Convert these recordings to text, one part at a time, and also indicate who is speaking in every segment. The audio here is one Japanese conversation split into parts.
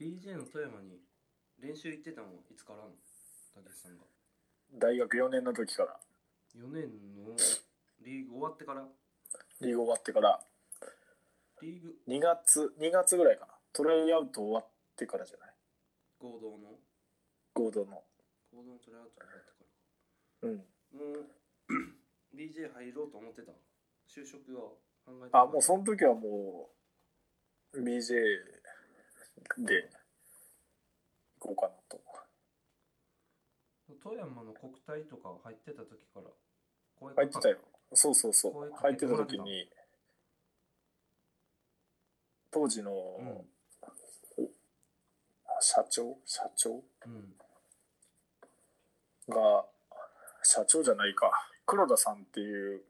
Speaker 1: BJ の富山に練習行ってたのはいつからなのたけしさんが
Speaker 2: 大学4年の時から
Speaker 1: 4年のリーグ終わってから
Speaker 2: リーグ終わってから
Speaker 1: リーグ
Speaker 2: 2月2月ぐらいかなトライアウト終わってからじゃない
Speaker 1: 合同の
Speaker 2: 合同の
Speaker 1: 合同のトライアウト終わってから
Speaker 2: うん
Speaker 1: もう DJ 入ろうと思ってた就職は考えてた
Speaker 2: あもうその時はもう BJ で行こうかなと
Speaker 1: 富山の国体とか入ってた時から声かか
Speaker 2: 入ってたよそうそうそ
Speaker 1: こういう
Speaker 2: う
Speaker 1: 関
Speaker 2: 入っ
Speaker 1: 係
Speaker 2: て
Speaker 1: も
Speaker 2: た
Speaker 1: らった
Speaker 2: 時に当時の
Speaker 1: うん
Speaker 2: 社長社長
Speaker 1: うん
Speaker 2: が社長じゃないか黒田さんっていう、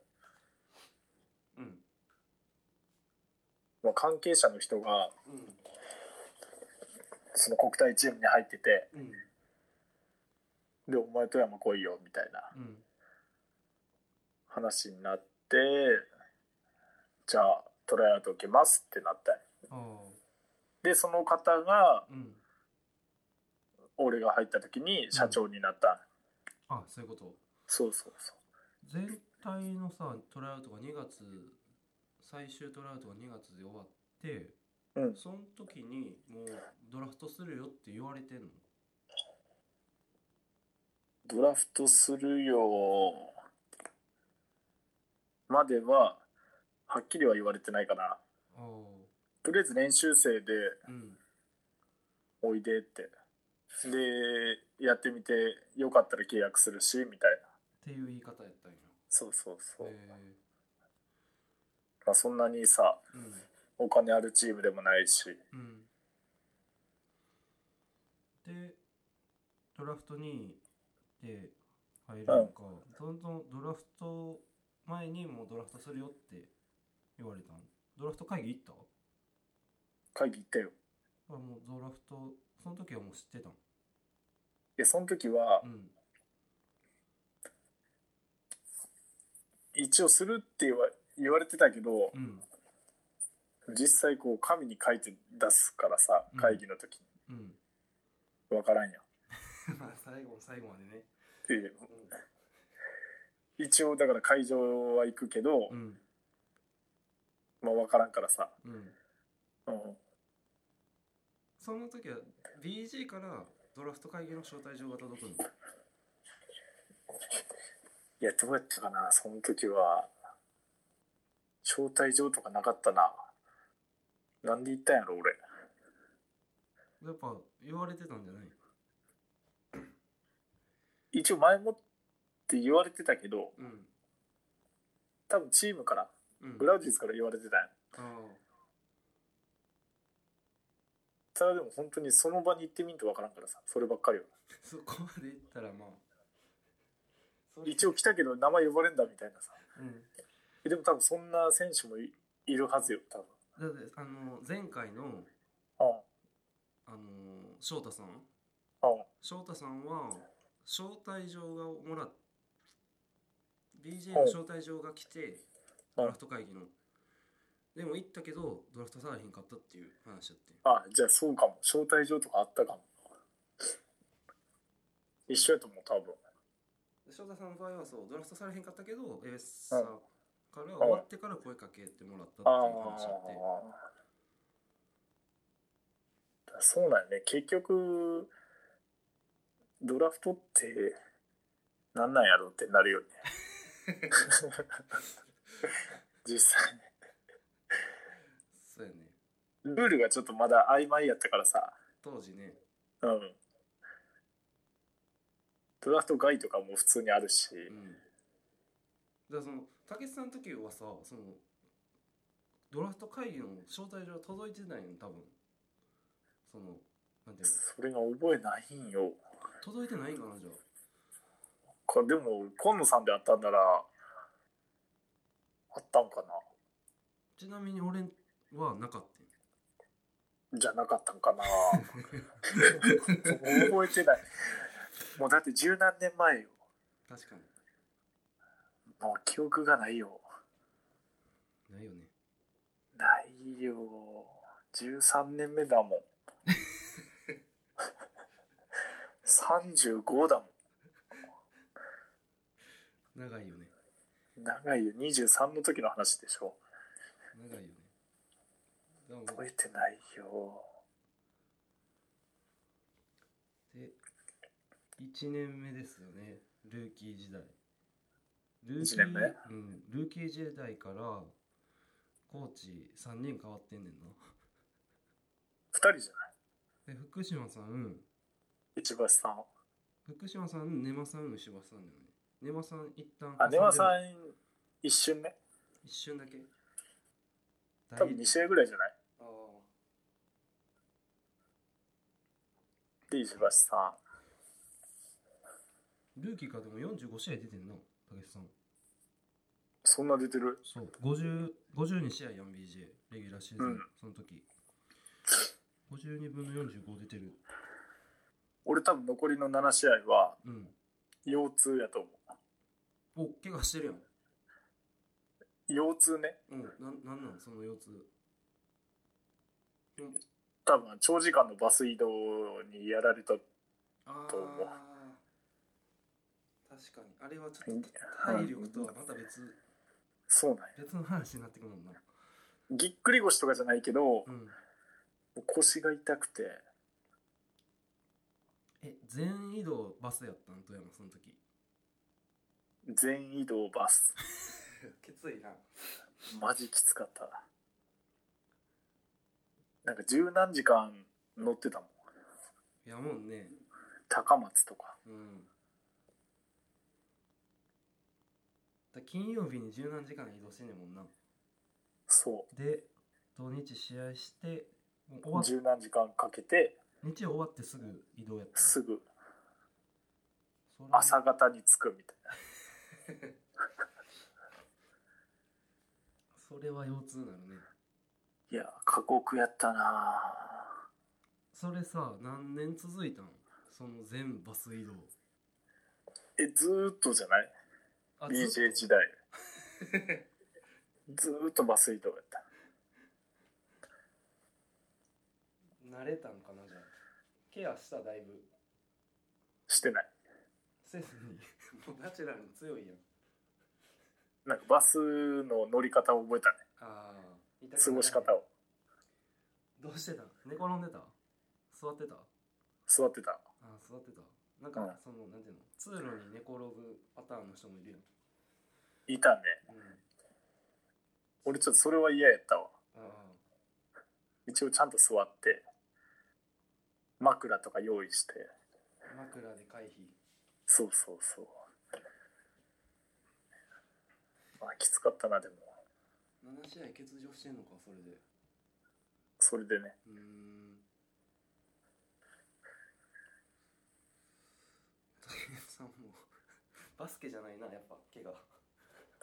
Speaker 1: うん
Speaker 2: まあ、関係者の人が
Speaker 1: うん
Speaker 2: その国体チームに入ってて
Speaker 1: うん
Speaker 2: でお前富山来いよみたいな
Speaker 1: うん
Speaker 2: 話になってじゃあトライアウト受けますってなったんよ
Speaker 1: ああ
Speaker 2: でその方が
Speaker 1: うん
Speaker 2: 俺が入った時に社長になったんよ、
Speaker 1: あそういうこと
Speaker 2: そうそうそう
Speaker 1: 全体のさトライアウトが2月最終トライアウトが2月で終わって、
Speaker 2: うん
Speaker 1: その時にもうドラフトするよって言われてんの
Speaker 2: ドラフトするよまでははっきりは言われてないかな
Speaker 1: ああ
Speaker 2: とりあえず練習生で
Speaker 1: うん
Speaker 2: おいでってでやってみてよかったら契約するしみた
Speaker 1: っ
Speaker 2: いな
Speaker 1: ていう言い方やったんや
Speaker 2: そうそうそう、
Speaker 1: え
Speaker 2: まあ、そんなにさ
Speaker 1: ー、うん
Speaker 2: お金あるチームでもないし
Speaker 1: うん、でドラフト2位で入るのか、どんどんドラフト前にもうドラフトするよって言われたのドラフト会議行った
Speaker 2: 会議行ったよ
Speaker 1: あもうドラフトその時はもう知ってたの
Speaker 2: でその時は
Speaker 1: うん
Speaker 2: 一応するって言わ言われてたけど
Speaker 1: うん
Speaker 2: 実際こう紙に書いて出すからさ
Speaker 1: うん
Speaker 2: 会議の時
Speaker 1: うん
Speaker 2: に分からんやん
Speaker 1: まあ最後の最後までね
Speaker 2: で一応だから会場は行くけど、
Speaker 1: うん
Speaker 2: まあ、分からんからさ、
Speaker 1: うん
Speaker 2: うん、
Speaker 1: その時は BG からドラフト会議の招待状が届くの
Speaker 2: いやどうやったかなその時は招待状とかなかったななんで行ったんやろ俺
Speaker 1: やっぱ言われてたんじゃない
Speaker 2: 一応前もって言われてたけど
Speaker 1: うん
Speaker 2: 多分チームから
Speaker 1: うん
Speaker 2: グラウディスから言われてたんや
Speaker 1: ああ
Speaker 2: ただでも本当にその場に行ってみんと分からんからさそればっかりは
Speaker 1: そこまでいったらまあそれ
Speaker 2: 一応来たけど名前呼ばれんだみたいなさ
Speaker 1: うん、
Speaker 2: えでも多分そんな選手もいいるはずよ多分
Speaker 1: だってあの前回のあの翔太さん
Speaker 2: うんうん
Speaker 1: 翔太さんは招待状がもらっ BJ の招待状が来てドラフト会議のでも行ったけどドラフトされへんかったっていう話だって
Speaker 2: あじゃあそうかも招待状とかあったかも一緒やと思う多分
Speaker 1: で翔太さんの場合はそうドラフトされへんかったけどエベスさんから終わってから声かけてもらったって
Speaker 2: あ
Speaker 1: い
Speaker 2: あ
Speaker 1: う話だって
Speaker 2: ーそうなんよね結局ドラフトってなんなんやろうってなるよね実際
Speaker 1: そうやね
Speaker 2: ルールがちょっとまだ曖昧やったからさ
Speaker 1: 当時ね
Speaker 2: うんドラフト外とかも普通にあるし、
Speaker 1: うん、だからその武さんの時はさそのドラフト会議の招待状届いてないの多分そのなんていう
Speaker 2: それが覚えないんよ
Speaker 1: の届いてないんかなじゃあ
Speaker 2: これでも今野さんであったんならあったんか
Speaker 1: ちなみに俺はなかったよ
Speaker 2: なじゃなかったん かな覚えてないもうだって十何年前よ
Speaker 1: 確か
Speaker 2: もう記憶がないよ
Speaker 1: にないよね
Speaker 2: ないよ13年目だもん35だも
Speaker 1: 長いよね
Speaker 2: ん。長いよ。23の時の話でしょ。
Speaker 1: 長いよねでも
Speaker 2: 覚えてないよ。
Speaker 1: で1年目ですよねルーキー時代ル
Speaker 2: 一年目
Speaker 1: うん、ルーキー時代からコーチ3人変わってんねんな
Speaker 2: 2人じゃない
Speaker 1: で福島さん
Speaker 2: 市橋さん。
Speaker 1: 福島さん根間さん牛場さんだよね根間さん一旦
Speaker 2: あ、根間さ
Speaker 1: ん
Speaker 2: ん、一瞬ね。
Speaker 1: 一瞬だけ
Speaker 2: 多分2試合ぐらいじゃない
Speaker 1: ああ
Speaker 2: で、石橋さん。
Speaker 1: ルーキーからでも45試合出てんな武さん
Speaker 2: そんな出てる
Speaker 1: そう50 52試合やん BJ レギュラーシーズン、
Speaker 2: うん
Speaker 1: その時52分の45出てる
Speaker 2: 俺多分残りの7試合は
Speaker 1: うん
Speaker 2: 腰痛やと思
Speaker 1: お怪我してるやん
Speaker 2: う。腰痛ね。
Speaker 1: うんなんなんなんその腰痛うん
Speaker 2: 多分長時間のバス移動にやられた。
Speaker 1: ああ
Speaker 2: どうも
Speaker 1: 確かにあれはちょっと体力とはまた別
Speaker 2: そうなんや。
Speaker 1: 別の話になってくるもんな
Speaker 2: ぎっくり腰とかじゃないけど、も
Speaker 1: うん
Speaker 2: う腰が痛くて、
Speaker 1: え全移動バスやったん富山その時
Speaker 2: 全移動バス。
Speaker 1: きついな
Speaker 2: マジきつかった。なんか十何時間乗ってたもん。
Speaker 1: やもんね
Speaker 2: 高松とか。
Speaker 1: うんだ金曜日に十何時間移動してんねんもんな
Speaker 2: そ
Speaker 1: で土日試合してもう終わ
Speaker 2: う。
Speaker 1: っ
Speaker 2: 十何時間かけて、
Speaker 1: 日曜終わってすぐ移動やった
Speaker 2: すぐ
Speaker 1: それ
Speaker 2: 朝方に着くみたい
Speaker 1: それは腰痛なのね
Speaker 2: な。いや、過酷やったなぁ
Speaker 1: それさ何年続いたんその全バス移動
Speaker 2: え、ずーっとじゃない
Speaker 1: あ
Speaker 2: BJ 時代ずーっとバス移動やった
Speaker 1: 慣れたんかなじゃあケアしただいぶ
Speaker 2: してない
Speaker 1: せず にもうナチュラルに強いやん
Speaker 2: なんかバスの乗り方を覚えたね
Speaker 1: ああ
Speaker 2: 過ごし方を
Speaker 1: どうしてた寝転んでた座ってた
Speaker 2: 座ってた
Speaker 1: あー座ってたなんか、
Speaker 2: うん
Speaker 1: そのなんていうの通路に寝転ぶパターンの人もいるやん、
Speaker 2: いたね
Speaker 1: うん、
Speaker 2: 俺ちょっとそれは嫌やったわ
Speaker 1: ああ
Speaker 2: 一応ちゃんと座って枕とか用意して
Speaker 1: 枕で回避
Speaker 2: そうそうそうまあきつかったなでも
Speaker 1: 7試合欠場してんのかそれで
Speaker 2: それでね
Speaker 1: うーん竹内さんもバスケじゃないなやっぱ怪我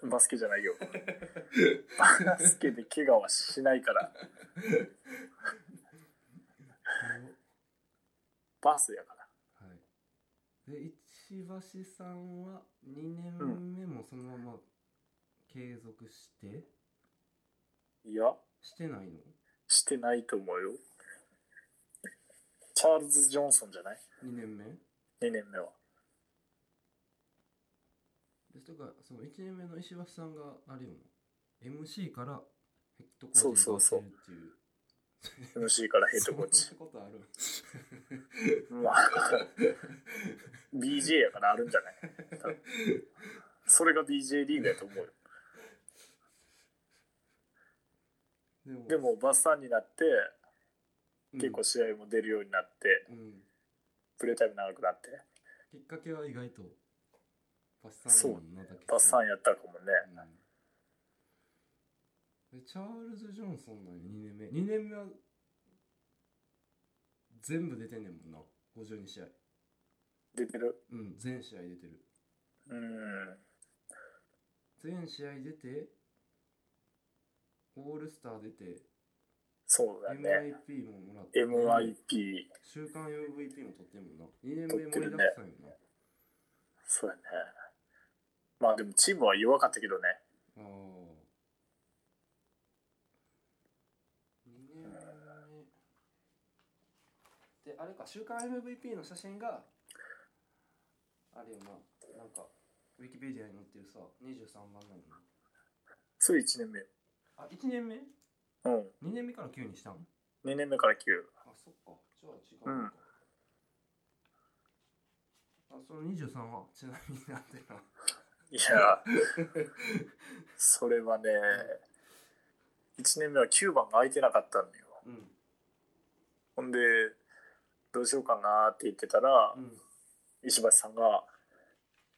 Speaker 2: バスケじゃないよバスケで怪我はしないからバスやから
Speaker 1: はいで石橋さんは2年目もそのまま継続して、
Speaker 2: いや
Speaker 1: してないの
Speaker 2: してないと思うよ。チャールズ・ジョンソンじゃない
Speaker 1: 2年目
Speaker 2: ?2 年目は。
Speaker 1: ですとかその1年目の石橋さんがあれよな MC からヘッドコーチ
Speaker 2: そう
Speaker 1: に変
Speaker 2: そ
Speaker 1: わって
Speaker 2: うそう
Speaker 1: るっていう
Speaker 2: MC からヘッドコー チ
Speaker 1: そ。んなことある
Speaker 2: まあ、BJ やからあるんじゃない多分それが BJ リーグやと思うよ。
Speaker 1: でも
Speaker 2: でも、バスさんになって、
Speaker 1: うん
Speaker 2: 結構試合も出るようになって、
Speaker 1: うん
Speaker 2: プレータイム長くなって、
Speaker 1: きっかけは意外とパスさ
Speaker 2: そ
Speaker 1: ん
Speaker 2: う
Speaker 1: の名だけ
Speaker 2: バスさんやったかもね。
Speaker 1: うんでチャールズ・ジョンソンなんよ2年目2年目は全部出てんねんもんな52試合
Speaker 2: 出てる
Speaker 1: うん全試合出てる
Speaker 2: うん。
Speaker 1: 全試合出てオールスター出て
Speaker 2: そうだね。
Speaker 1: MIP ももらって、
Speaker 2: MIP。
Speaker 1: 週間 MVP も取ってんもんな2年
Speaker 2: 取
Speaker 1: 目
Speaker 2: って
Speaker 1: 盛
Speaker 2: る
Speaker 1: り
Speaker 2: ね
Speaker 1: だくさんよな、
Speaker 2: そうやね。まあでもチームは弱かったけどね。
Speaker 1: ああ2年目であれか週間 MVP の写真があれよななんかウィキペディアに載ってるさ23番なのな
Speaker 2: それ1年目よ
Speaker 1: あ1年目
Speaker 2: うん。
Speaker 1: ?2 年目から9にしたん
Speaker 2: 2年目から9。
Speaker 1: あそっかじゃあ違うのか、あその23はちなみになんてない
Speaker 2: や、それはね、1年目は9番が空いてなかったんだよ。
Speaker 1: うん
Speaker 2: ほんで、どうしようかなって言ってたら、
Speaker 1: うん
Speaker 2: 石橋さんが、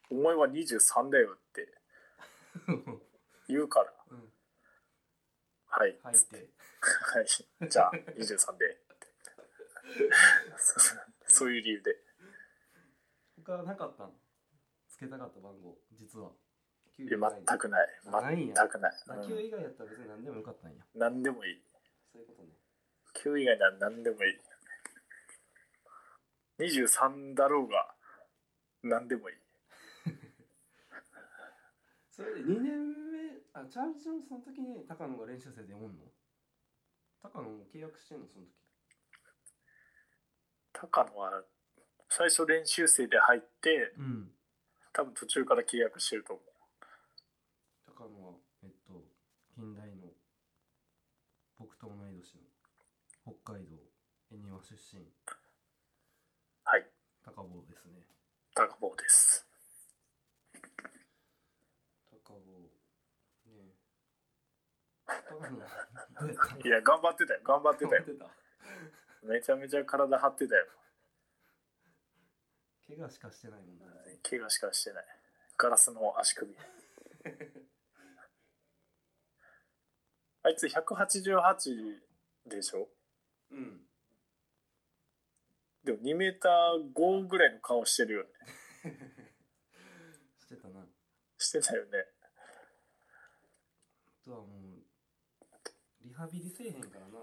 Speaker 2: お前は23だよって言うから、
Speaker 1: うん
Speaker 2: はい、
Speaker 1: 入って
Speaker 2: はい、じゃあ23で。そういう理由で。
Speaker 1: 他なかったのつけたかった番号実は9
Speaker 2: いや全くない。
Speaker 1: ないんや
Speaker 2: 全くない。
Speaker 1: 打球以外やったら別に何でもよかったんや
Speaker 2: うん、何でもいい。
Speaker 1: そういうことね
Speaker 2: 9以外なら何でもいい。23だろうが、何でもいい。
Speaker 1: それで2年目あチャールズ・ジョンソンの時に高野が練習生でおんの高野も契約してんのその時
Speaker 2: 高野は、最初練習生で入って、
Speaker 1: うん
Speaker 2: 多分途中から契約してると思う。
Speaker 1: 高野はえっと近代の僕と同い年の北海道恵庭出身
Speaker 2: はい、
Speaker 1: 高坊ですね
Speaker 2: 高坊です。
Speaker 1: 高坊ねえ高野どうやったの
Speaker 2: いや、頑張ってたよ、頑張ってたよ
Speaker 1: やっ。てた
Speaker 2: めちゃめちゃ体張ってたよ。
Speaker 1: 怪我しかしてないもんな、
Speaker 2: 怪我しかしてない。ガラスの足首。あいつ188でしょ
Speaker 1: うん
Speaker 2: でも2メーター5ぐらいの顔してるよね。
Speaker 1: してたなあ
Speaker 2: してたよね。
Speaker 1: とはもうリハビリせえへんからな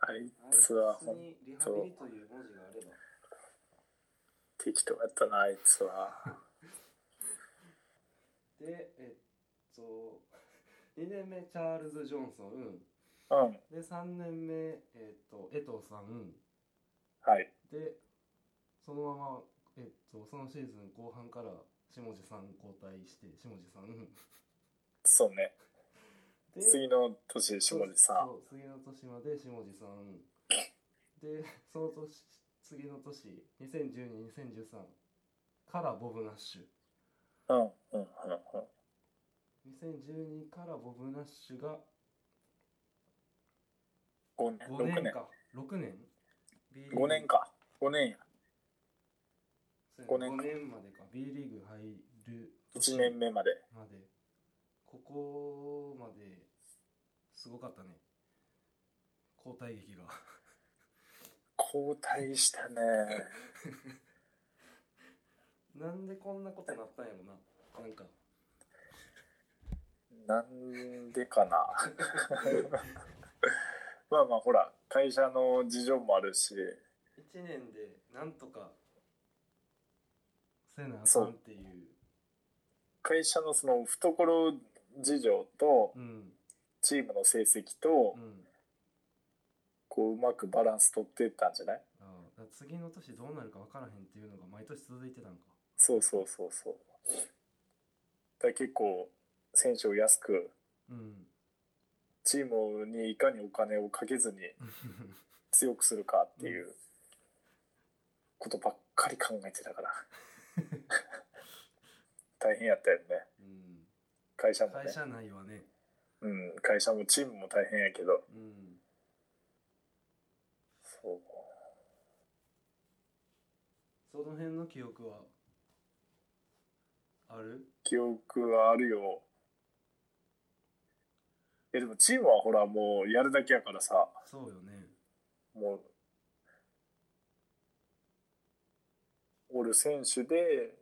Speaker 2: あ
Speaker 1: あ
Speaker 2: い
Speaker 1: いつ
Speaker 2: つは本
Speaker 1: にリハビリという文字があれば
Speaker 2: 当適当やったな、あいつは。
Speaker 1: でえっと2年目チャールズ・ジョンソン
Speaker 2: うん。
Speaker 1: で3年目えっと江藤さん
Speaker 2: はい。
Speaker 1: でそのままえっとそのシーズン後半から下地さん交代して下地さん
Speaker 2: そうね。
Speaker 1: で
Speaker 2: 次の年、下地さん。
Speaker 1: そう次の年まで下地さんでその年次の年20122013からボブ・ナッシュ
Speaker 2: うん、うん、うん、うん。
Speaker 1: 2012からボブ・ナッシュが
Speaker 2: 5年、
Speaker 1: 5
Speaker 2: 6
Speaker 1: 年
Speaker 2: 年。
Speaker 1: か6年
Speaker 2: 5年か。5年や。
Speaker 1: 5
Speaker 2: 5
Speaker 1: 年
Speaker 2: 年か
Speaker 1: までか B リーグ入る
Speaker 2: 1年目まで。
Speaker 1: までここまですごかったね交代劇が
Speaker 2: 交代したね。
Speaker 1: なんでこんなことになったんやろななんか
Speaker 2: なんでかな。 まあまあ、ほら、会社の事情もあるし、
Speaker 1: 1年でなんとかせなあか
Speaker 2: そ
Speaker 1: ん
Speaker 2: う
Speaker 1: っていう
Speaker 2: 会社のその懐事情と、
Speaker 1: うん
Speaker 2: チームの成績と
Speaker 1: う、ん
Speaker 2: こう、うまくバランス取ってったんじゃない
Speaker 1: ああだから次の年どうなるか分からへんっていうのが毎年続いてたんか
Speaker 2: そうそうそうそう。だから結構、選手を安く、
Speaker 1: うん
Speaker 2: チームにいかにお金をか けずに強くするかっていうことばっかり考えて たから。大変やったよね。
Speaker 1: うん
Speaker 2: 会社もね
Speaker 1: 会社内はね
Speaker 2: うん、会社もチームも大変やけど。
Speaker 1: うん
Speaker 2: そう。
Speaker 1: その辺の記憶はある
Speaker 2: 記憶はあるよ。え、でもチームはほらもうやるだけやからさ、
Speaker 1: そうよね
Speaker 2: もう、おる選手で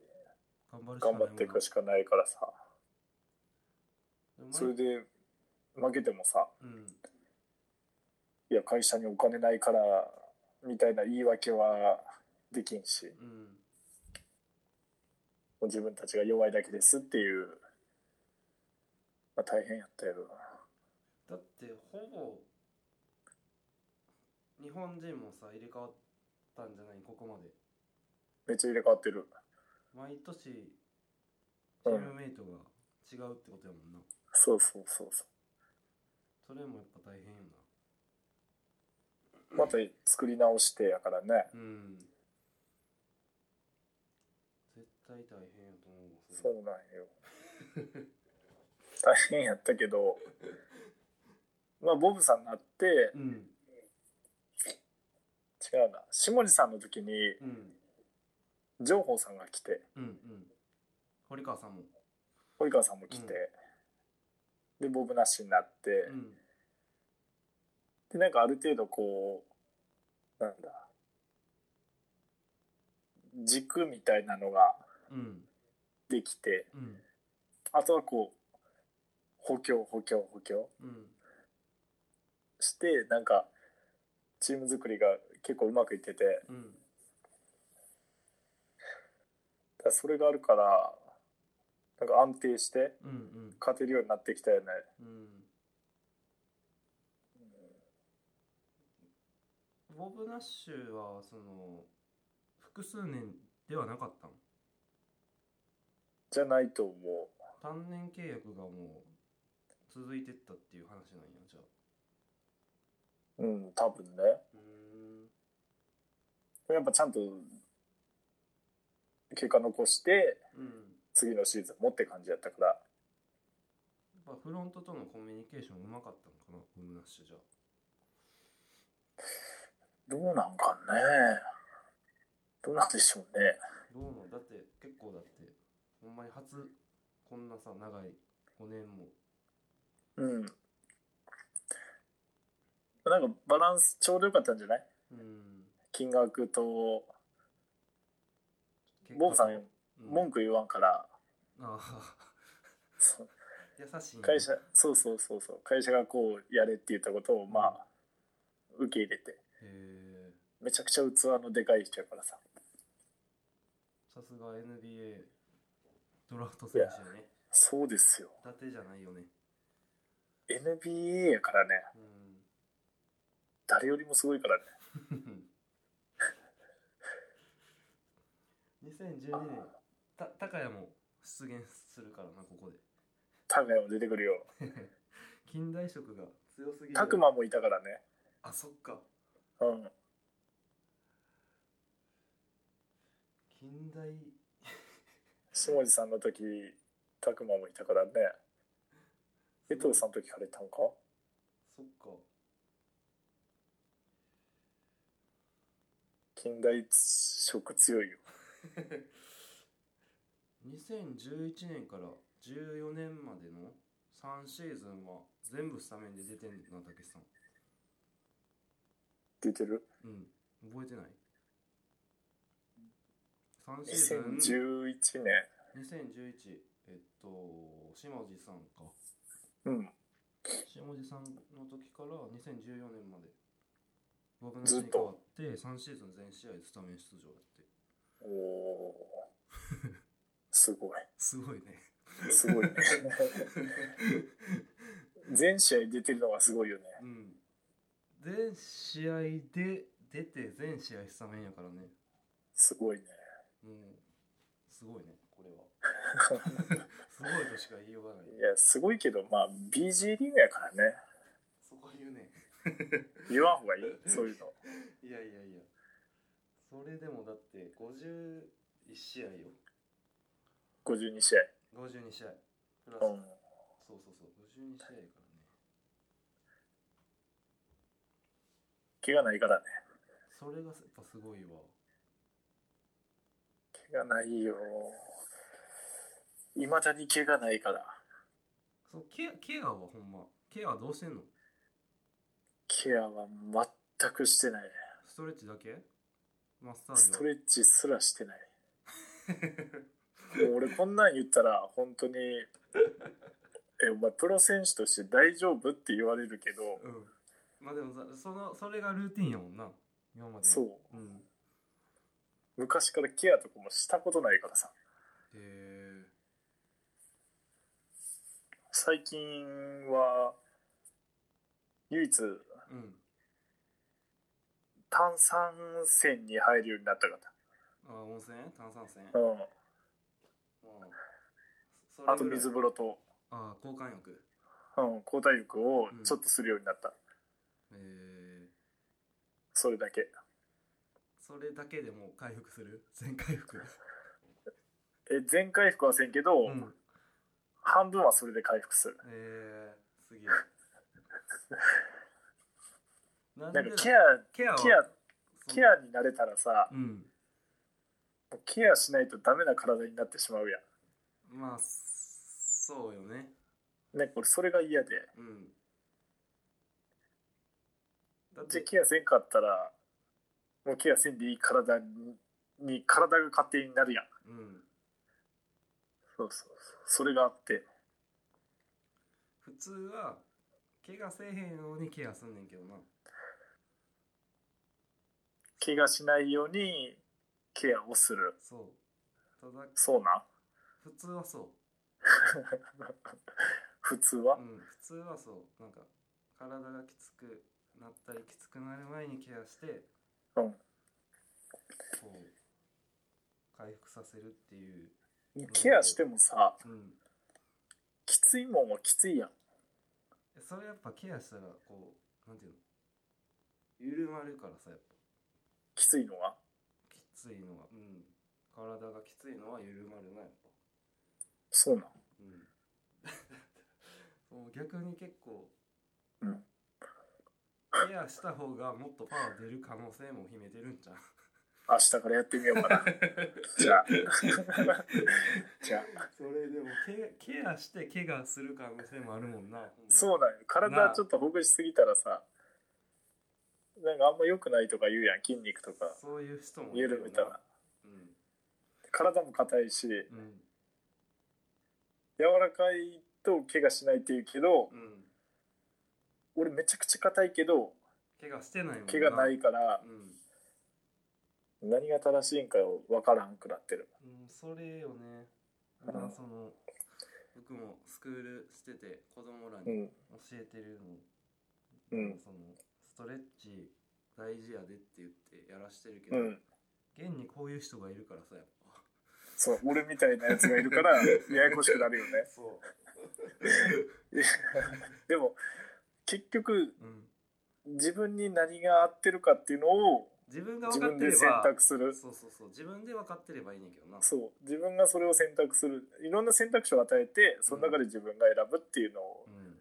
Speaker 1: 頑張るしか
Speaker 2: 頑
Speaker 1: ない
Speaker 2: 張っていくしかないからさ。
Speaker 1: もんな
Speaker 2: それで負けてもさ、
Speaker 1: うん
Speaker 2: いや会社にお金ないからみたいな言い訳はできんし、も
Speaker 1: うん
Speaker 2: う自分たちが弱いだけですっていう、まあ、大変やったよ。
Speaker 1: だってほぼ日本人もさ入れ替わっったんじゃないここまで
Speaker 2: めっちゃ入れ替わってる。
Speaker 1: 毎年チ
Speaker 2: う
Speaker 1: ー
Speaker 2: ん
Speaker 1: ムメイトが違うってことやもんな
Speaker 2: そうそうそうそ
Speaker 1: それもやっぱ大変よ
Speaker 2: う。また作り直してやからね。
Speaker 1: なうん絶対大変やと思うわそ
Speaker 2: そ
Speaker 1: れ
Speaker 2: うなんよ。大変やったけど、まあ、ボブさんになって、
Speaker 1: うん
Speaker 2: 違うな。下地さんの時に、
Speaker 1: うん
Speaker 2: 情報さんが来て、
Speaker 1: うんうん堀川さんも
Speaker 2: 堀川さんも来て、で、ボブなしになって、
Speaker 1: うん
Speaker 2: で、なんかある程度こう、なんだ、軸みたいなのが
Speaker 1: うん
Speaker 2: できて、
Speaker 1: うん
Speaker 2: あとはこう、補強、補強、補強
Speaker 1: うん
Speaker 2: して、なんか、チーム作りが結構うまくいってて、
Speaker 1: うん
Speaker 2: だからそれがあるから、なんか安定して
Speaker 1: うんうん
Speaker 2: 勝てるようになってきたよね。
Speaker 1: うんボブ・ナッシュはその複数年ではなかったの
Speaker 2: じゃないと思う。
Speaker 1: 単年契約がもう続いてったっていう話なんやじゃあ
Speaker 2: うん、多分ね。
Speaker 1: うん
Speaker 2: やっぱちゃんと、結果残して、
Speaker 1: うん
Speaker 2: 次のシーズンもって感じやったから。
Speaker 1: やっぱフロントとのコミュニケーションうまかったのかなボブ・ナッシュじゃあ
Speaker 2: どうなんかね。どうなんでしょうね。
Speaker 1: どうなんだって結構だってほんまに初こんなさ長い5年も
Speaker 2: うん。なんかバランスちょうどよかったんじゃない
Speaker 1: うん
Speaker 2: 金額と、
Speaker 1: 結果と
Speaker 2: ボブさん
Speaker 1: うん
Speaker 2: 文句言わんから、
Speaker 1: ああ
Speaker 2: そう
Speaker 1: 優しいな
Speaker 2: 会社、そうそうそうそう、会社がこうやれって言ったことを、まあ、受け入れて。
Speaker 1: へえ
Speaker 2: めちゃくちゃ器のでかい人やからさ。
Speaker 1: さすが NBA ドラフト選手やね
Speaker 2: そうですよ。
Speaker 1: 伊達じゃないよね
Speaker 2: NBA やからね、
Speaker 1: う
Speaker 2: 誰よりもすごいからね。
Speaker 1: ん2012年た高谷も出現するからなここで
Speaker 2: タメも出てくるよ。
Speaker 1: 近代色が強すぎる
Speaker 2: タクマもいたからね。
Speaker 1: あそっか
Speaker 2: うん。
Speaker 1: 近代
Speaker 2: 下地さんの時、タクマもいたからね。江藤さんの時からいたんか
Speaker 1: そっか
Speaker 2: 近代色強いよ。
Speaker 1: 2011年から14年までの3シーズンは全部スタメンで出てんねんなたけしさん
Speaker 2: 出てる
Speaker 1: うん覚えてない ?3 シーズン
Speaker 2: ?2011 年。
Speaker 1: 2011えっと下地さんか
Speaker 2: うん。
Speaker 1: 下地さんの時から2014年までボブナッシ
Speaker 2: ず
Speaker 1: ュ
Speaker 2: っ
Speaker 1: に変わっ
Speaker 2: と
Speaker 1: て3シーズン全試合スタメン出場やって
Speaker 2: おおー。すごい。
Speaker 1: すごい ね
Speaker 2: すごいね。 全試合出てるのがすごいよね。
Speaker 1: うん全試合で出て全試合スタメンやからね
Speaker 2: すごいね。
Speaker 1: もうすごいねこれ は すごいとしか言いようがない
Speaker 2: いや、すごいけど、まあ、BG リーグやからね。
Speaker 1: そこは言うね
Speaker 2: 言わんほうがいいそういうの。
Speaker 1: いやいやいやそれでもだって51試合よ
Speaker 2: 52試合。
Speaker 1: 52試合プラス、
Speaker 2: うん。
Speaker 1: そうそうそう52試合やからね
Speaker 2: 怪我ないからね。
Speaker 1: それがやっぱすごいわ
Speaker 2: 怪我ないよ。いまだに怪我ないから。
Speaker 1: そうケアケアはほんまケアはどうしてんの
Speaker 2: ケアは全くしてない。
Speaker 1: ストレッチだけマッサージ
Speaker 2: ス
Speaker 1: は
Speaker 2: トレッチすらしてない。もう俺こんなん言ったら、本当に、え、お前プロ選手として大丈夫って言われるけど、
Speaker 1: うんまあでもさそのそれがルーティンやもんな今までの
Speaker 2: そう。
Speaker 1: うん
Speaker 2: 昔からケアとかもしたことないからさ。
Speaker 1: へえ
Speaker 2: 最近は、唯一
Speaker 1: うん
Speaker 2: 炭酸泉に入るようになったか
Speaker 1: あ温泉炭酸泉
Speaker 2: ら、うん、
Speaker 1: うんそれぐらい
Speaker 2: あと水風呂と、
Speaker 1: ああ交換浴
Speaker 2: うん、交代浴をちょっとするようになった、
Speaker 1: えー、
Speaker 2: それだけ
Speaker 1: それだけでもう回復する全回復
Speaker 2: え全回復はせんけど、
Speaker 1: うん
Speaker 2: 半分はそれで回復する
Speaker 1: えー、すげえなん
Speaker 2: なん
Speaker 1: で
Speaker 2: か
Speaker 1: だ
Speaker 2: ケア
Speaker 1: ケアは
Speaker 2: ケア
Speaker 1: そう
Speaker 2: ケアになれたらさ
Speaker 1: うん
Speaker 2: ケアしないとダメな体になってしまうや
Speaker 1: まあそうよね
Speaker 2: んねこれそれが嫌で
Speaker 1: うんだっ
Speaker 2: じ
Speaker 1: て
Speaker 2: ゃあケアせんかったらもうケアせんでいい体にに体が勝手になるやん
Speaker 1: うん
Speaker 2: そうそうそうそれがあって
Speaker 1: 普通は怪我せえへんようにケアすんねんけどな
Speaker 2: 怪我しないようにケアをする
Speaker 1: そうただ
Speaker 2: そうなん
Speaker 1: 普通はそう
Speaker 2: 普通は
Speaker 1: うん、普通はそうなんか体がきつくなったりきつくなる前にケアして
Speaker 2: うん
Speaker 1: こう回復させるっていう、
Speaker 2: ケアしてもさ
Speaker 1: うん、
Speaker 2: きついもんはきついやん
Speaker 1: それやっぱケアしたらこうなんていうの緩まるからさやっぱ
Speaker 2: きついのは
Speaker 1: きついのは、うん、体がきついのは緩まるなやっぱ、
Speaker 2: そうなん
Speaker 1: うん、 そう逆に結構、
Speaker 2: うん
Speaker 1: ケアした方がもっとパワー出る可能性も秘めてるんじゃん
Speaker 2: 明日からやってみようか なじゃあ じゃあ
Speaker 1: それでもケケアして怪我する可能性もあるもんな
Speaker 2: そうなんよ体ちょっとほぐしすぎたらさなんかあんま良くないとか言うやん筋肉とか
Speaker 1: そういう人もいるよ
Speaker 2: 緩
Speaker 1: な
Speaker 2: めたら
Speaker 1: うん
Speaker 2: 体も硬いし
Speaker 1: うん
Speaker 2: 柔らかいと怪我しないって言うけど
Speaker 1: うん
Speaker 2: 俺めちゃくちゃ硬いけど
Speaker 1: 怪我してないもん
Speaker 2: 怪我ないから
Speaker 1: うん、
Speaker 2: 何が正しいんかを分からんくなってる
Speaker 1: うん、それよね
Speaker 2: うん
Speaker 1: まあその僕もスクールしてて子供ら
Speaker 2: う
Speaker 1: に
Speaker 2: ん
Speaker 1: 教えてるの、
Speaker 2: うん
Speaker 1: そのストレッチ大事やでって言ってやらしてるけど、
Speaker 2: うん
Speaker 1: 現にこういう人がいるからさやっぱ
Speaker 2: そう俺みたいなやつがいるからややこしくなるよね
Speaker 1: そ
Speaker 2: でも結局
Speaker 1: う、うん、
Speaker 2: 自分に何が合ってるかっていうのを
Speaker 1: 自分が
Speaker 2: 自
Speaker 1: 分かっ
Speaker 2: 分
Speaker 1: てれ
Speaker 2: で
Speaker 1: ば
Speaker 2: 選択する
Speaker 1: そうそうそう自分で分かってればいいねんけどな
Speaker 2: そう自分がそれを選択するいろんな選択肢を与えてその中で自分が選ぶっていうの
Speaker 1: うん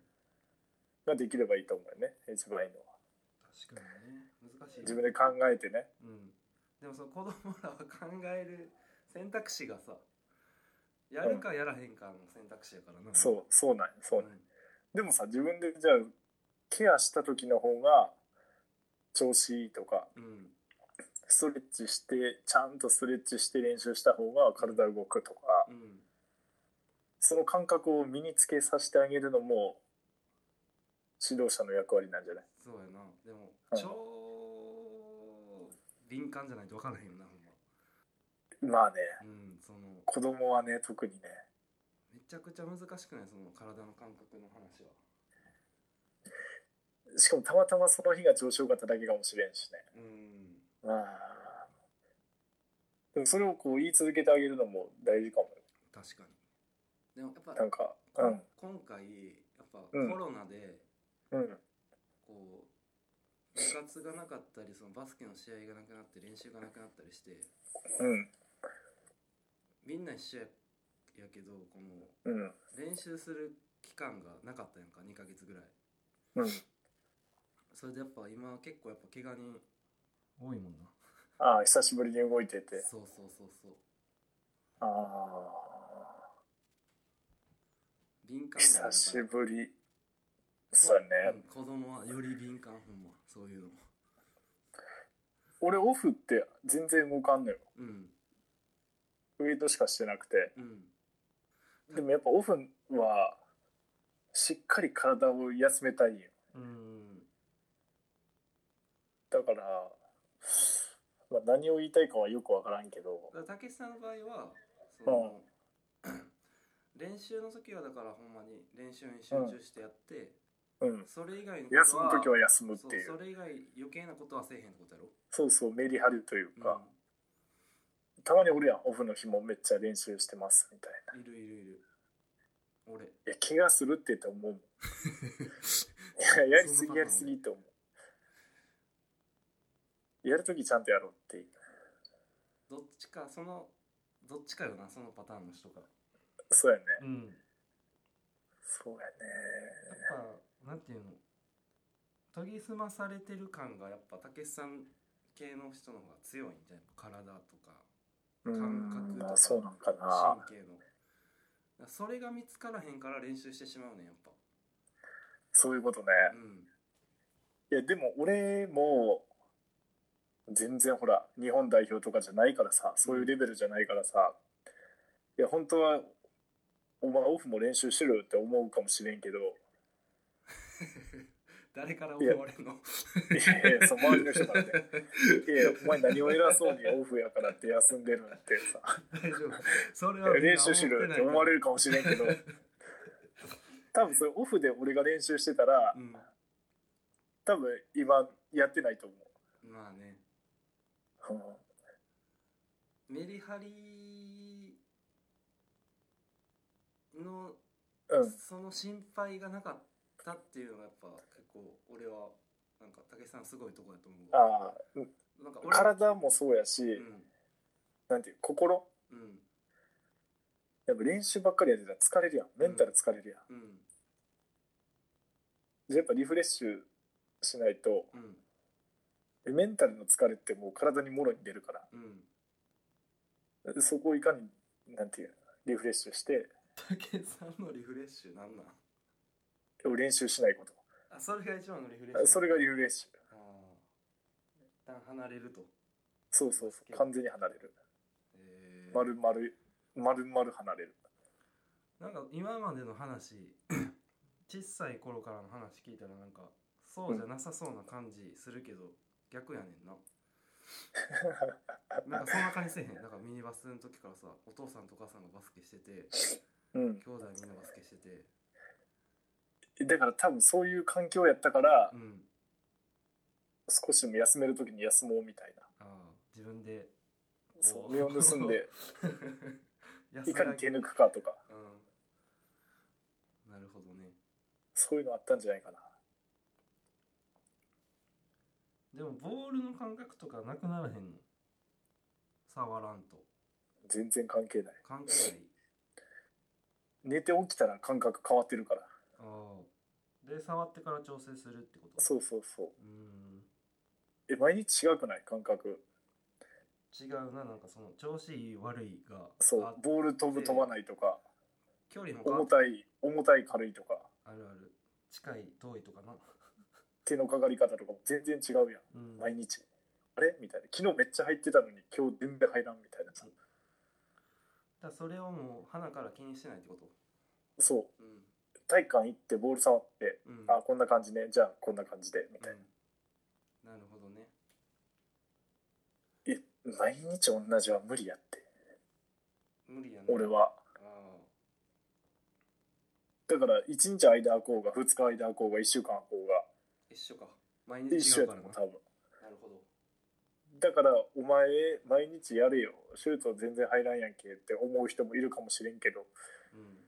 Speaker 2: ができればいいと思うよね一番いいのは
Speaker 1: 確かにね難しい
Speaker 2: 自分で考えてね
Speaker 1: うんでもその子供らは考える選択肢がさやるかやらへんかの選択肢やからな、
Speaker 2: そうそうなんよそううなんよでもさ自分でじゃあケアした時の方が調子いいとか
Speaker 1: ん、うん、
Speaker 2: ストレッチしてちゃんとストレッチして練習した方が体動くとか
Speaker 1: うん
Speaker 2: その感覚を身につけさせてあげるのも指導者の役割なんじゃない
Speaker 1: そうやなでも、
Speaker 2: うん
Speaker 1: 超敏感じゃないと分からへんよなほんま
Speaker 2: まあね
Speaker 1: うんその
Speaker 2: 子供はね特にね
Speaker 1: めちゃくちゃ難しくないその体の感覚の話は
Speaker 2: しかもたまたまその日が調子良かっただけかもしれんしね
Speaker 1: うん
Speaker 2: まあでもそれをこう言い続けてあげるのも大事かもよ
Speaker 1: 確かにでもやっぱ
Speaker 2: なんかうん
Speaker 1: 今回やっぱコ
Speaker 2: うん
Speaker 1: ロナで
Speaker 2: うん
Speaker 1: こう部活がなかったりそのバスケの試合がなくなって練習がなくなったりして
Speaker 2: うん
Speaker 1: みんな一緒ややけどこの
Speaker 2: うん
Speaker 1: 練習する期間がなかったやんか2ヶ月ぐらい
Speaker 2: うん
Speaker 1: それでやっぱ今結構やっぱ怪我人多いもんな
Speaker 2: ああ久しぶりに動いてて
Speaker 1: そうそうそうそう
Speaker 2: あ
Speaker 1: 敏感なんや
Speaker 2: あ久し
Speaker 1: やっぱ
Speaker 2: ぶりそうや
Speaker 1: う
Speaker 2: ね
Speaker 1: ん子供はより敏感ほんまそういうの
Speaker 2: 俺オフって全然動かんのよ
Speaker 1: うん
Speaker 2: ウェイトしかしてなくて
Speaker 1: うん
Speaker 2: でもやっぱオフはしっかり体を休めたいよ
Speaker 1: うん
Speaker 2: だから、まあ、何を言いたいかはよくわからんけど
Speaker 1: だからたけしさんの場合はその、 練習の時はだからほんまに練習に集中してやって、
Speaker 2: うん。
Speaker 1: それ以外のことは
Speaker 2: 休む時は休むってい
Speaker 1: そう
Speaker 2: う。
Speaker 1: それ以外余計なことはせえへんってことやろ、
Speaker 2: そうそう、メリハリという
Speaker 1: うん
Speaker 2: か、たまにおるやん、オフの日もめっちゃ練習してますみたい
Speaker 1: い
Speaker 2: な。
Speaker 1: るいるいる俺
Speaker 2: いや、怪我するって言ったら思うもん。いや、やりすぎやりすぎって思う。やるときちゃんとやろうっていう。
Speaker 1: どっちかそのどっちかよなそのパターンの人が
Speaker 2: そうやね。
Speaker 1: うん
Speaker 2: そうやね。
Speaker 1: やっぱなんていうの研ぎ澄まされてる感がやっぱたけしさん系の人の方が強いんじゃない体とか
Speaker 2: う
Speaker 1: 感覚
Speaker 2: ん、
Speaker 1: とか
Speaker 2: まあそうなんかな。
Speaker 1: 神経のだからそれが見つからへんから練習してしまうねんやっぱ
Speaker 2: そういうことね。
Speaker 1: うん
Speaker 2: いや、でも俺も、全然ほら、日本代表とかじゃないからさ、そういうレベルじゃないからさ、いや、本当は、お前オフも練習してるって思うかもしれんけど、
Speaker 1: 誰から思われるの
Speaker 2: いやいや、そう周りの人からね、いやいや、お前何を偉そうにオフやからって休んでるんってさ、
Speaker 1: 大丈夫それはみんな
Speaker 2: 練習しろよって思われ
Speaker 1: る
Speaker 2: るかもしれんけど、多分それオフで俺が練習してたら
Speaker 1: う、ん
Speaker 2: 多分今やってないと思
Speaker 1: まあね
Speaker 2: う。うん
Speaker 1: メリハリの
Speaker 2: うん、
Speaker 1: その心配がなかったっていうのがやっぱ結構俺はなんか武井さんすごいとこだと思うわ
Speaker 2: あ
Speaker 1: なんか
Speaker 2: あ
Speaker 1: 俺
Speaker 2: 体もそうやし、
Speaker 1: うん
Speaker 2: なんていう心
Speaker 1: うん
Speaker 2: やっぱ練習ばっかりやってたら疲れるやんメンタル疲れるやん、
Speaker 1: うん
Speaker 2: じゃあやっぱリフレッシュしないと
Speaker 1: うん
Speaker 2: メンタルの疲れってもう体にもろに出るか
Speaker 1: うん
Speaker 2: らそこをいかになんていうリフレッシュして
Speaker 1: 武井さんのリフレッシュなんなん
Speaker 2: 練習しないこと
Speaker 1: あそれが一番のリフレッシュ
Speaker 2: あそれがリフレッシ
Speaker 1: ああ
Speaker 2: ュ
Speaker 1: 一旦離れると
Speaker 2: そうそうそう完全に離れる
Speaker 1: えー
Speaker 2: 丸々丸々離れる
Speaker 1: なんか今までの 話小さい頃からの話聞いたらなんかそうじゃなさそうな感じするけど、逆やねんななんかそんな感じせえへんなんかミニバスの時からさお父さんとお母さんがバスケしてて
Speaker 2: うん
Speaker 1: 兄弟みんなバスケしてて
Speaker 2: だから多分そういう環境やったから
Speaker 1: うん
Speaker 2: 少しでも休める時に休もうみたいな
Speaker 1: ああ自分で
Speaker 2: そ
Speaker 1: お
Speaker 2: う身を盗んで
Speaker 1: 安
Speaker 2: いかに
Speaker 1: らぎ
Speaker 2: 手抜くかとか
Speaker 1: うんなるほどね
Speaker 2: そういうのあったんじゃないかな
Speaker 1: でもボールの感覚とかなくならへんの触らんと
Speaker 2: 全然関係ない
Speaker 1: 関係ない
Speaker 2: 寝て起きたら感覚変わってるから
Speaker 1: ああで触ってから調整するってこと
Speaker 2: そうそうそう
Speaker 1: うーん
Speaker 2: え毎日違くない感覚
Speaker 1: 違うななんかその調子いい悪いが
Speaker 2: そう
Speaker 1: あ
Speaker 2: ボール飛ぶ飛ばないとか
Speaker 1: 距離も変わ
Speaker 2: 重
Speaker 1: った
Speaker 2: たい重たい軽いとか
Speaker 1: あるある近い遠いとかな
Speaker 2: 手のかかり方とかも全然違うやん
Speaker 1: うん
Speaker 2: 毎日あれみたいな昨日めっちゃ入ってたのに今日全然入らんみたいなさ
Speaker 1: だからそれをもう鼻から気にしてないってこと
Speaker 2: そう
Speaker 1: うん
Speaker 2: 体育館行ってボール触って
Speaker 1: うん
Speaker 2: あこんな感じねじゃあこんな感じでみたい
Speaker 1: うん、なるほどね
Speaker 2: な、え毎日同じは無理やって
Speaker 1: 無理やね
Speaker 2: 俺は
Speaker 1: あ
Speaker 2: だから1日間空こうが2日間空こうが1週間空こう
Speaker 1: あ一緒か毎
Speaker 2: が
Speaker 1: 日
Speaker 2: 一緒
Speaker 1: 違
Speaker 2: や
Speaker 1: う
Speaker 2: と
Speaker 1: からな
Speaker 2: 思
Speaker 1: な
Speaker 2: う多分
Speaker 1: るほど
Speaker 2: だからお前毎日やれよシュート全然入らんやんけって思う人もいるかもしれんけど
Speaker 1: うん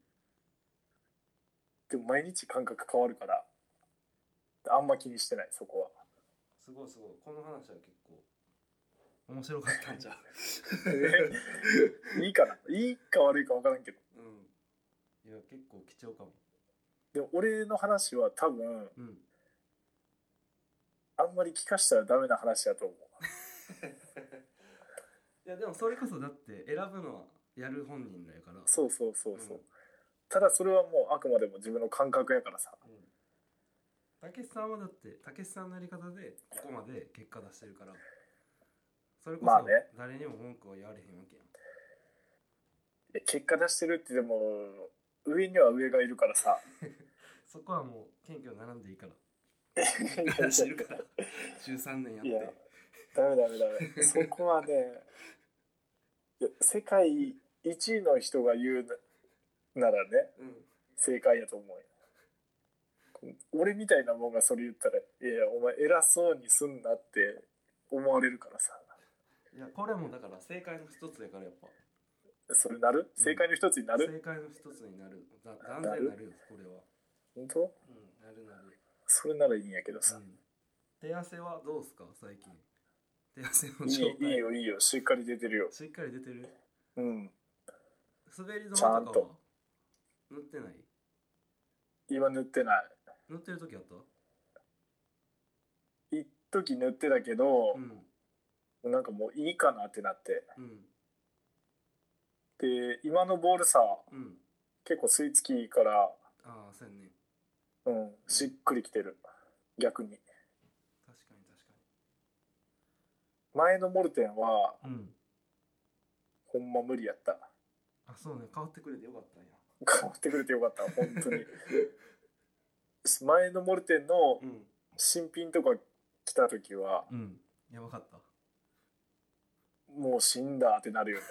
Speaker 2: でも毎日感覚変わるからあんま気にしてないそこは
Speaker 1: すごいすごいこの話は結構面白かったん じゃう
Speaker 2: いいかないいか悪いか分からんけど
Speaker 1: うんいや結構貴重かも
Speaker 2: でも俺の話は多分
Speaker 1: うん
Speaker 2: あんまり聞かしたらダメな話だと思う
Speaker 1: いやでもそれこそだって選ぶのはやる本人だから
Speaker 2: そうそうそうそう、
Speaker 1: うん
Speaker 2: ただそれはもうあくまでも自分の感覚やからさ
Speaker 1: うんたけしさんはだってたけしさんのやり方でここまで結果出してるからそれこ
Speaker 2: まあ
Speaker 1: そ
Speaker 2: ね
Speaker 1: 誰にも文句は言われへんわけやん、
Speaker 2: いや結果出してるってでも上には上がいるからさ
Speaker 1: そこはもう謙虚に並んでいいから
Speaker 2: いやいや
Speaker 1: 出してるから13年やって
Speaker 2: いやダメダメダメ。そこはね、いや世界一位の人が言うならね、
Speaker 1: うん
Speaker 2: 正解やと思うよ。俺みたいなもんがそれ言ったら「いやお前偉そうにすんな」って思われるからさ
Speaker 1: いやこれもだから正解の一つやからやっぱ
Speaker 2: それなる
Speaker 1: うん
Speaker 2: 正解の一つになる、
Speaker 1: 正解の一つになるだ断然なるよこれは
Speaker 2: 本当
Speaker 1: うんなるなる
Speaker 2: それならいいんやけどさ、
Speaker 1: うん手汗はどうすか最近手汗の
Speaker 2: い
Speaker 1: 状
Speaker 2: いいい
Speaker 1: 態
Speaker 2: よいいよしっかり出てるよ
Speaker 1: しっかり出てる
Speaker 2: うん
Speaker 1: 滑り止めとかは
Speaker 2: ちゃんと
Speaker 1: 塗ってない
Speaker 2: 今塗ってない
Speaker 1: 塗ってる時あった
Speaker 2: 一時塗ってたけど
Speaker 1: う、ん
Speaker 2: なんかもういいかなってなって
Speaker 1: うん
Speaker 2: で今のボールさ
Speaker 1: うん
Speaker 2: 結構吸い付きから、
Speaker 1: ああそうやね
Speaker 2: うん、しっくりきてる逆に
Speaker 1: 確かに確か
Speaker 2: 前のモルテンは
Speaker 1: にうん
Speaker 2: ほんま無理やった
Speaker 1: あそうね変わってくれてよかったんや
Speaker 2: 変わってくれてよかった本当に 前のモルテンの
Speaker 1: うん
Speaker 2: 新品とか来た時は
Speaker 1: うんやばかった
Speaker 2: もう死んだってなるよね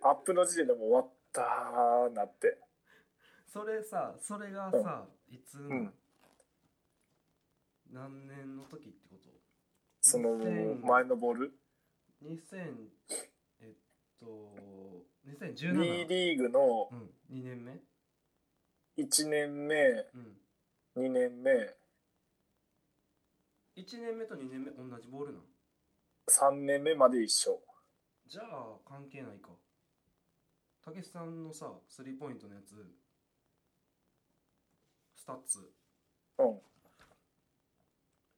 Speaker 2: アップの時点でもう終わったーなって
Speaker 1: それさそれがさいつの、
Speaker 2: うん
Speaker 1: 何年の時ってこと
Speaker 2: その
Speaker 1: 2000
Speaker 2: 前のボール
Speaker 1: 2000えっと
Speaker 2: 2
Speaker 1: 2017
Speaker 2: リーグの
Speaker 1: うん2年目
Speaker 2: 1年目
Speaker 1: うん
Speaker 2: 2年目
Speaker 1: 1年目と2年目同じボールなん
Speaker 2: 3年目まで一緒
Speaker 1: じゃあ関係ないかたけしさんのさスリーポイントのやつスタッツ
Speaker 2: うん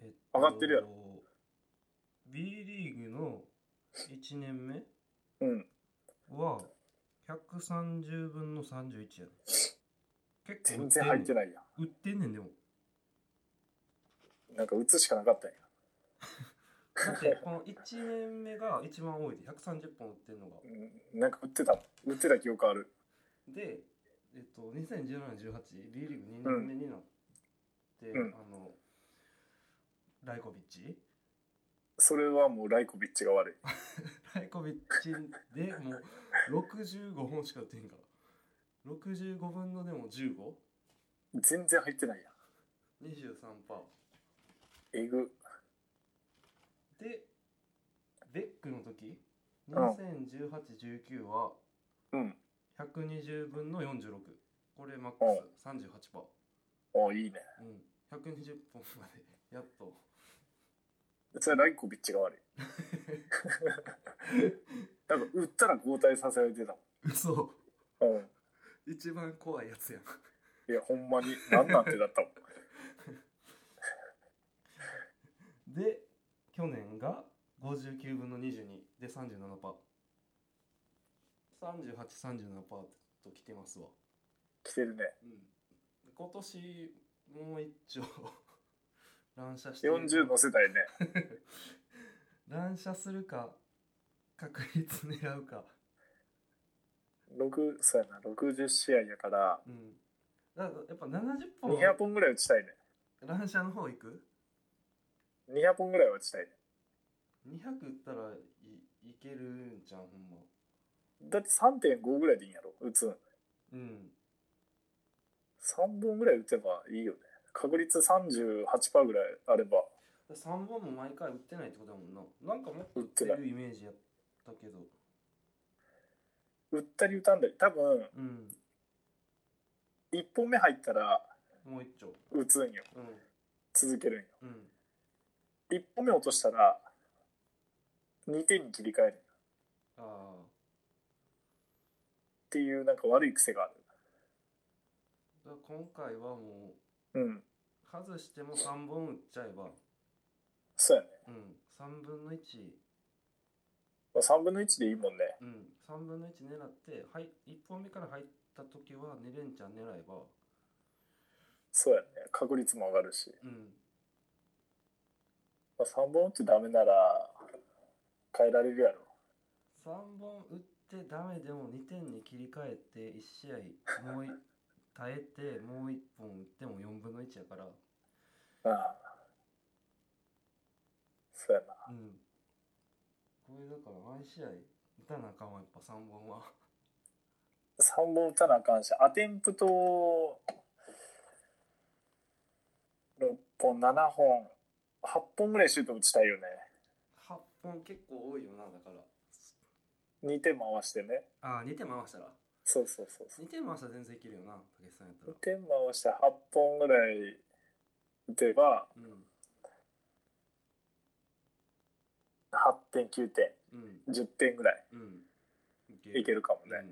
Speaker 1: えっ
Speaker 2: 上がってるや
Speaker 1: ろ B リーグの1年目
Speaker 2: うん
Speaker 1: は130分の31やね結構売
Speaker 2: 全
Speaker 1: ってん
Speaker 2: 然
Speaker 1: ね
Speaker 2: 入
Speaker 1: ん
Speaker 2: ってないや
Speaker 1: 売ってんねんでも
Speaker 2: んなんか打つしかなかったんや
Speaker 1: だってこの1年目が一番多いで130本売ってるのが
Speaker 2: うんなんか打ってたもん打ってた記憶ある
Speaker 1: で、えっと、201718 B リーグ2年目になって、
Speaker 2: うん
Speaker 1: あのライコビッチ
Speaker 2: それはもうライコビッチが悪い
Speaker 1: ライコビッチでもう65本しか打ってへんから65分のでも1523%
Speaker 2: 全然入ってないやんえぐ
Speaker 1: でベックの時
Speaker 2: ん
Speaker 1: 201819は
Speaker 2: うん
Speaker 1: 120分の46これマックス38%パー
Speaker 2: おいいね
Speaker 1: うん、120本までやっと
Speaker 2: それはライコビッチが悪いなんか打ったら交代させられてた
Speaker 1: 嘘
Speaker 2: もん、うん、
Speaker 1: 一番怖いやつやん
Speaker 2: いやほんまになんなんてだったもん
Speaker 1: で去年が59分の22で37パー3837パーと来てますわ、
Speaker 2: 来てるね
Speaker 1: うん、今年もう一丁 乱射して
Speaker 2: 40乗せたいね
Speaker 1: 乱射するか確率狙うか
Speaker 2: 6そうやな60試合やから
Speaker 1: うんだからやっぱ70本
Speaker 2: 200本ぐらい打ちたいね
Speaker 1: 乱射の方行く
Speaker 2: 200本ぐらいは打ちたいね
Speaker 1: 200打ったらいいけるんじゃんほんま
Speaker 2: だって3.5ぐらいでいいんやろ打つん
Speaker 1: うん
Speaker 2: 3本ぐらい打てばいいよね確率38%ぐらいあれば
Speaker 1: 3本も毎回打ってないってことだもんななんかもっと打
Speaker 2: 打っ
Speaker 1: って
Speaker 2: てない
Speaker 1: るイメージやったけど
Speaker 2: 打ったり打たんだり多分
Speaker 1: うん
Speaker 2: 1本目入ったら
Speaker 1: もう一丁
Speaker 2: 打つんよ
Speaker 1: うん
Speaker 2: 続けるんよ
Speaker 1: うん
Speaker 2: 1本目落としたら2点に切り替える
Speaker 1: ああ
Speaker 2: っていうなんか悪い癖がある
Speaker 1: だから今回はも
Speaker 2: うん
Speaker 1: う外しても3本打っちゃえば
Speaker 2: そうやね、
Speaker 1: うん3分の1
Speaker 2: まあ、3分の1でいいもんね
Speaker 1: うん3分の1狙ってはい1本目から入った時は2連チャン狙えば
Speaker 2: そうやね確率も上がるし、
Speaker 1: うん
Speaker 2: まあ、3本打ってダメなら変えられるやろ
Speaker 1: 3本打ってダメでも2点に切り替えて1試合もうい耐えてもう1本打っても4分の1やから
Speaker 2: ああそうやな
Speaker 1: うん。これだから毎試合打たなあかんわ、やっぱ3本は。
Speaker 2: 3本打たなあかんしアテンプト本、7本、8本ぐらいシュート打ちたいよね。
Speaker 1: 8本結構多いよな、だから。
Speaker 2: 2点回してね。
Speaker 1: ああ、2点回したら。
Speaker 2: そうそうそうそう。
Speaker 1: 2点回したら全然いけるよな、武井さんやった
Speaker 2: 2
Speaker 1: ら。
Speaker 2: 点回して8本ぐらい打てば、
Speaker 1: うん。
Speaker 2: 8点、9点、
Speaker 1: うん。
Speaker 2: 10点ぐらい
Speaker 1: うん。いけ
Speaker 2: いけるかも
Speaker 1: う
Speaker 2: ね。
Speaker 1: ん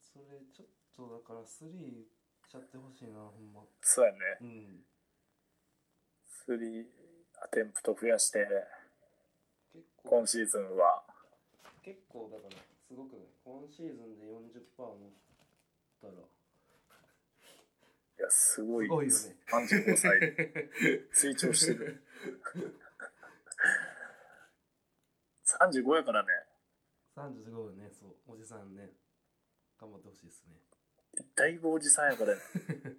Speaker 1: それちょっとだからスリーいっちゃってほしいなほんま
Speaker 2: そうやね。
Speaker 1: うん
Speaker 2: スリーアテンプト増やして、
Speaker 1: 結構
Speaker 2: 今シーズンは、
Speaker 1: 結構だからすごくない今シーズンで40%持ったら
Speaker 2: いや、すごい。
Speaker 1: すごいよね
Speaker 2: 35歳で 成長してる。35やからね、
Speaker 1: 35よねそうおじさんね頑張ってほしいですね
Speaker 2: だいぶおじさんやからね、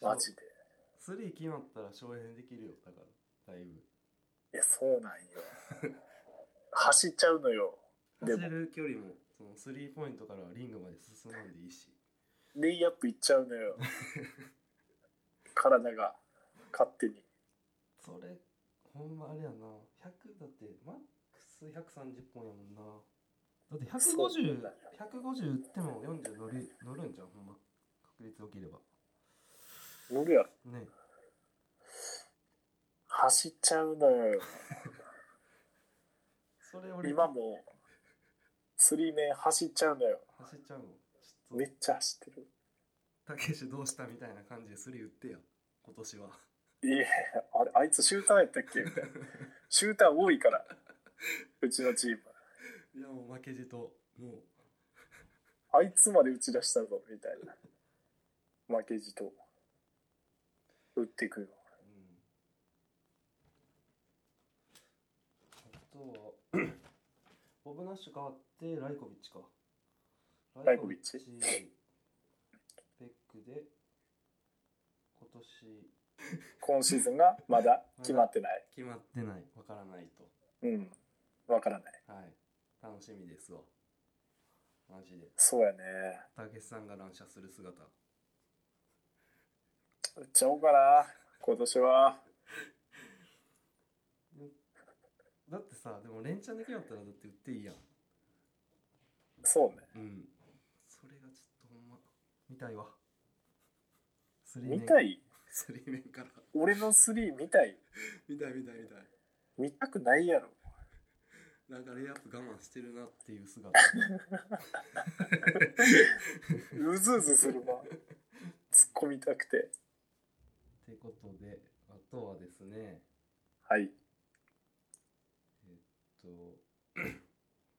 Speaker 2: マジで。
Speaker 1: スリー決まったら省エネできるよだからだいぶ
Speaker 2: いや、そうなんよ。走っちゃうのよ。でも
Speaker 1: 走る距離もそのスリーポイントからリングまで進まんでいいし
Speaker 2: レイアップいっちゃうのよ。体が勝手に。
Speaker 1: それほんまあれやな100だってマックス130本やもんなだって150150打っても40乗る乗るんじゃんほんま確率起きれば
Speaker 2: 乗るやろ。
Speaker 1: ね
Speaker 2: 走っちゃうのよ。
Speaker 1: それ俺
Speaker 2: 今も、スリーメン走っちゃうのよ。
Speaker 1: 走っちゃうのちょ
Speaker 2: め
Speaker 1: っ
Speaker 2: っちゃ走ってる。
Speaker 1: とたけしどうしたみたいな感じでスリー打ってや今年はい
Speaker 2: え、あれ、あいつシューターやったっけみたいな。シューター多いから、うちのチーム。
Speaker 1: いやもう負けじとも
Speaker 2: あいつまで打ち出したぞ、みたいな。負けじと、打っていくよ。
Speaker 1: ううんあとはボブナッシュ変わってライコビッチか
Speaker 2: ライコビッチ
Speaker 1: ライコビッチベックで今年
Speaker 2: 今シーズンがまだ決まってない。
Speaker 1: 決まってないわからないと
Speaker 2: うん。わからない。
Speaker 1: はい楽しみですわマジで
Speaker 2: そうやね。
Speaker 1: たけしさんが乱射する姿
Speaker 2: 打っちゃおうかな。今年は。
Speaker 1: だってさでも連チャンできなかったらだって打っていいやん
Speaker 2: そうね。
Speaker 1: うんそれがちょっとほんま見たいわスリーメン
Speaker 2: 見たい
Speaker 1: スリーメンから
Speaker 2: 俺のスリー見たい
Speaker 1: 見たい見たい見たい
Speaker 2: 見たくないやろ。
Speaker 1: なんかレイアップ我慢してるなっていう姿
Speaker 2: うずうずするわ。突っ込みたくて。
Speaker 1: ってことであとはですね
Speaker 2: はい。
Speaker 1: えっと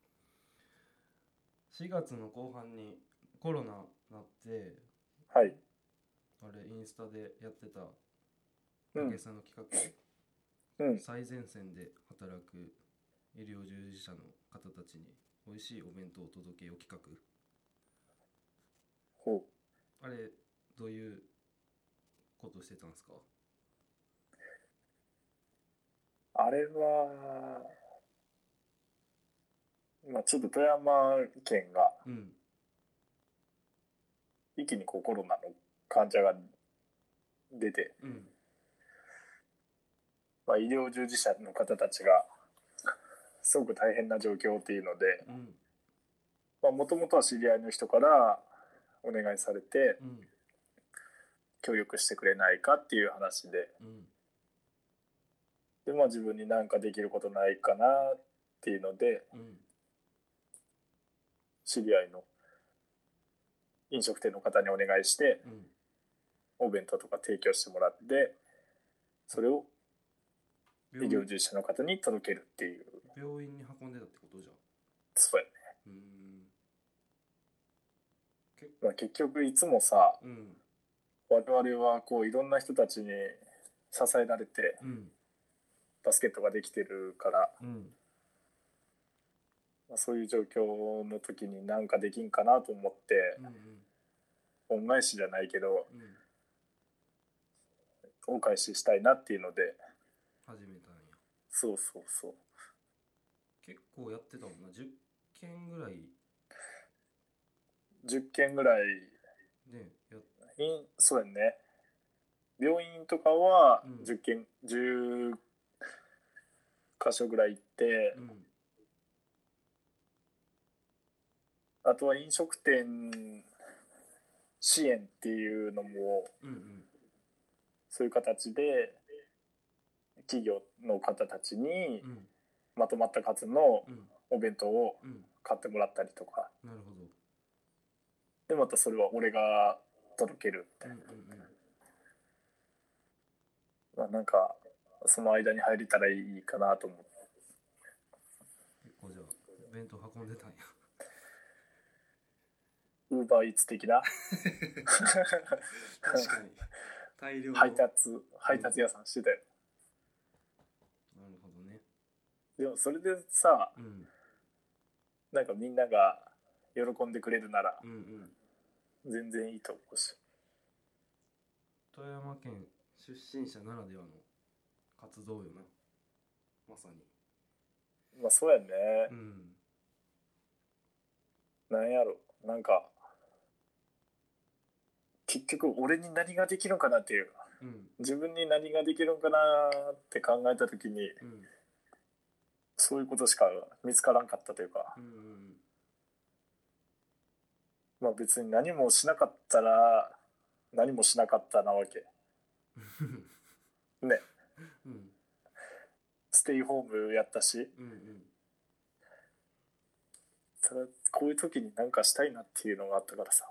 Speaker 1: 4月の後半にコロナなって
Speaker 2: はい。
Speaker 1: あれインスタでやってた
Speaker 2: うん
Speaker 1: 武井さんの企画、
Speaker 2: うん。
Speaker 1: 最前線で働く医療従事者の方たちに美味しいお弁当をお届けよう企画
Speaker 2: ほう。
Speaker 1: あれどういうことしてたんですか
Speaker 2: あれは、まあちょっと富山県が
Speaker 1: うん
Speaker 2: 一気にこうコロナの患者が出て、
Speaker 1: うん
Speaker 2: まあ、医療従事者の方たちがすごく大変な状況っていうので
Speaker 1: うん
Speaker 2: もともとは知り合いの人からお願いされて
Speaker 1: うん
Speaker 2: 協力してくれないかっていう話で
Speaker 1: うん
Speaker 2: で、まあ、自分に何かできることないかなっていうので
Speaker 1: うん
Speaker 2: 知り合いの飲食店の方にお願いして
Speaker 1: うん
Speaker 2: お弁当とか提供してもらってそれを医
Speaker 1: 病
Speaker 2: 療
Speaker 1: 院
Speaker 2: 従事者の方に届けるっていう
Speaker 1: 病院に運んでたってことじゃん
Speaker 2: そうやね、
Speaker 1: うーん
Speaker 2: まあ、結局いつもさ
Speaker 1: うん
Speaker 2: 我々はこういろんな人たちに支えられて
Speaker 1: うん
Speaker 2: バスケットができてるから、
Speaker 1: うん
Speaker 2: まあ、そういう状況の時に何かできんかなと思って
Speaker 1: うん
Speaker 2: 恩返しじゃないけど
Speaker 1: うんうん
Speaker 2: 恩返ししたいなっていうので
Speaker 1: 始めたんや
Speaker 2: そうそうそう
Speaker 1: 結構やってたもんな10件ぐらい
Speaker 2: 10件ぐらい
Speaker 1: ねやっ
Speaker 2: インそうやね病院とかは
Speaker 1: うん
Speaker 2: 10件、10箇所ぐらい行って、
Speaker 1: うん
Speaker 2: あとは飲食店支援っていうのも
Speaker 1: うんうん
Speaker 2: そういう形で企業の方たちに
Speaker 1: うん
Speaker 2: まとまった数の
Speaker 1: うん
Speaker 2: お弁当を
Speaker 1: うん
Speaker 2: 買ってもらったりとか
Speaker 1: なるほど
Speaker 2: でまたそれは俺が届けるみた
Speaker 1: う
Speaker 2: い
Speaker 1: んう
Speaker 2: なん
Speaker 1: う
Speaker 2: まあ、なんかその間に入れたらいいかなと思って
Speaker 1: ん結構じゃあ弁当運んでたんや
Speaker 2: ウーバーイーツ的な
Speaker 1: 確かに大量の
Speaker 2: 配達配達屋さんしてたよ
Speaker 1: なるほどね
Speaker 2: でもそれでさ
Speaker 1: うん
Speaker 2: なんかみんなが喜んでくれるなら
Speaker 1: うんうん
Speaker 2: 全然いいと思うし
Speaker 1: 富山県出身者ならではの活動よなまさに
Speaker 2: まあそうやね、
Speaker 1: うん
Speaker 2: なんやろなんか結局俺に何ができるのかなっていう
Speaker 1: うん
Speaker 2: 自分に何ができるのかなって考えた時に
Speaker 1: うん
Speaker 2: そういうことしか見つからんかったというか
Speaker 1: うんうん
Speaker 2: まあ別に何もしなかったら何もしなかったなわけ
Speaker 1: うん
Speaker 2: ね
Speaker 1: うん
Speaker 2: ステイホームやったし
Speaker 1: うんうん
Speaker 2: ただこういう時に何かしたいなっていうのがあったからさ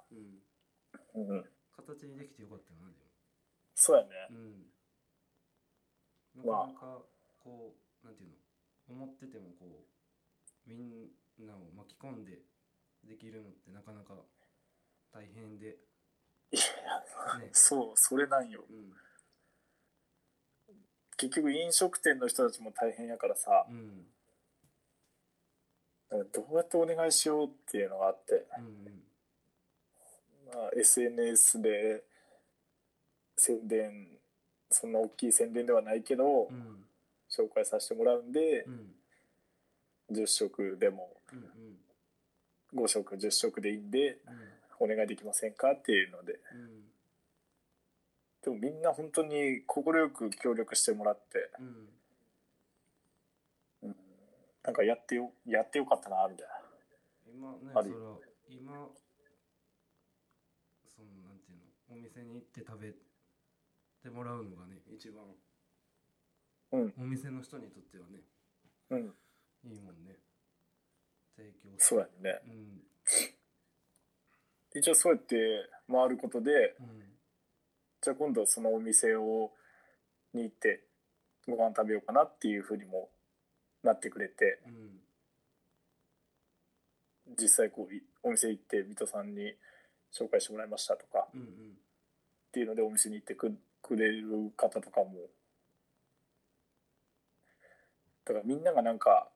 Speaker 1: うん
Speaker 2: うん
Speaker 1: 形にできてよかったよなでも
Speaker 2: そうやね
Speaker 1: うん、な
Speaker 2: まあ
Speaker 1: かなかこうなんていうの思っててもこうみんなを巻き込んでできるのってなかなか大変で、
Speaker 2: いや
Speaker 1: ね
Speaker 2: そうそれなんよ
Speaker 1: うん
Speaker 2: 結局飲食店の人たちも大変やからさ
Speaker 1: うん、うん
Speaker 2: なんかどうやってお願いしようっていうのがあって
Speaker 1: うん
Speaker 2: まあ、SNS で宣伝そんな大きい宣伝ではないけど、
Speaker 1: うんうん
Speaker 2: 紹介させてもらうんで
Speaker 1: う、ん
Speaker 2: 10食でも
Speaker 1: うんうん
Speaker 2: 5食10食でいいんで
Speaker 1: うん
Speaker 2: お願いできませんかっていうので
Speaker 1: うん
Speaker 2: でもみんな本当に快く協力してもらって、
Speaker 1: うん
Speaker 2: うんなんかやってよやってよかったなみたいな
Speaker 1: 今ね
Speaker 2: あ
Speaker 1: そ
Speaker 2: り
Speaker 1: れは今そのなんていうのお店に行って食べてもらうのがね一番、
Speaker 2: うん
Speaker 1: お店の人にとってはね
Speaker 2: うん
Speaker 1: いいもんね。提供
Speaker 2: そう
Speaker 1: や。
Speaker 2: やね
Speaker 1: うん。
Speaker 2: 一応そうやって回ることで
Speaker 1: うん。
Speaker 2: じゃあ今度そのお店をに行ってご飯食べようかなっていうふうにもなってくれて
Speaker 1: うん。
Speaker 2: 実際こういお店行って水戸さんに紹介してもらいましたとかっ
Speaker 1: うん。うん。
Speaker 2: ていうのでお店に行ってくくれる方とかもだからみんながなんか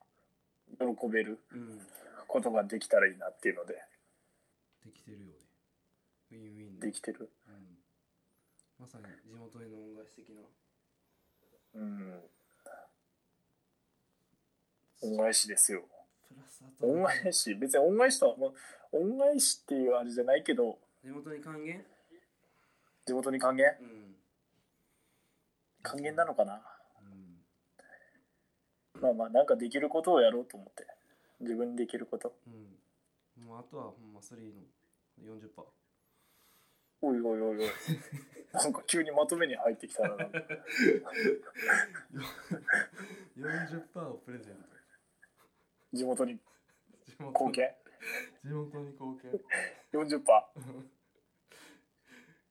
Speaker 2: 喜べる
Speaker 1: うん。
Speaker 2: ことができたらいいなっていうので
Speaker 1: できてるよね。ウィンウィン
Speaker 2: できてる
Speaker 1: うん。まさに地元への恩返し的な。
Speaker 2: うん恩返しですよ
Speaker 1: プラスあと。
Speaker 2: 恩返し別に恩返しとはまあ恩返しっていうあれじゃないけど
Speaker 1: 地元に還元
Speaker 2: 地元に還元
Speaker 1: うん。
Speaker 2: 還元なのかな
Speaker 1: うん。
Speaker 2: まあまあなんかできることをやろうと思って自分にできること
Speaker 1: うん。もうあとはほんまスリーの40%。
Speaker 2: おいおいおい おいなんか急にまとめに入ってきたらなんか
Speaker 1: 40%をプレゼント。
Speaker 2: 地元に
Speaker 1: 地元
Speaker 2: 貢献
Speaker 1: 地元に貢献。
Speaker 2: 40%